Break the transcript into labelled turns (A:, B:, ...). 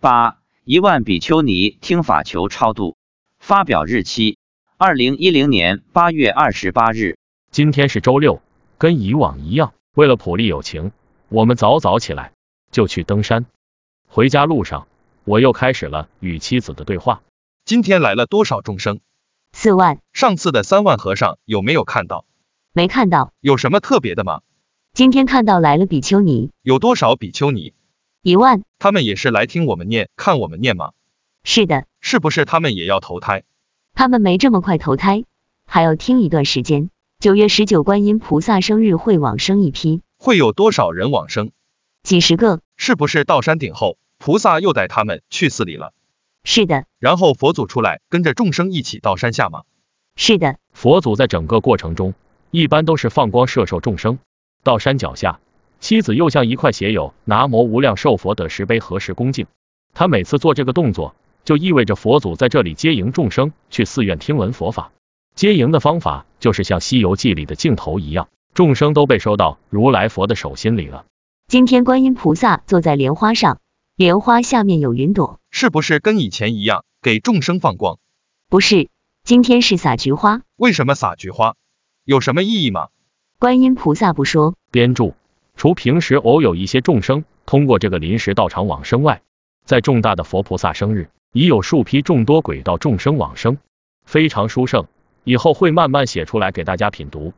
A: 八一万比丘尼听法求超度。发表日期：二零一零年八月二十八日。
B: 今天是周六，跟以往一样，为了普利友情，我们早早起来就去登山。回家路上，我又开始了与妻子的对话。
C: 今天来了多少众生？
D: 四万，
C: 上次的三万和尚有没有看到？
D: 没看到。
C: 有什么特别的吗？
D: 今天看到来了比丘尼，
C: 有多少比丘尼？
D: 一万。
C: 他们也是来听我们念、看我们念吗？
D: 是的，
C: 是不是他们也要投胎？
D: 他们没这么快投胎，还要听一段时间。九月十九观音菩萨生日会往生一批，
C: 会有多少人往生？
D: 几十个。
C: 是不是到山顶后，菩萨又带他们去寺里了？
D: 是的，
C: 然后佛祖出来跟着众生一起到山下吗？
D: 是的，
B: 佛祖在整个过程中，一般都是放光摄受众生。到山脚下，妻子又像一块写有“南无无量寿佛”的石碑合十恭敬。他每次做这个动作，就意味着佛祖在这里接迎众生去寺院听闻佛法。接迎的方法就是像《西游记》里的镜头一样，众生都被收到如来佛的手心里了。
D: 今天观音菩萨坐在莲花上，莲花下面有云朵。
C: 是不是跟以前一样给众生放光？
D: 不是，今天是撒菊花。
C: 为什么撒菊花？有什么意义吗？
D: 观音菩萨不说。
B: 编著：除平时偶有一些众生通过这个临时道场往生外，在重大的佛菩萨生日，已有数批众多轨道众生往生，非常殊胜。以后会慢慢写出来给大家品读。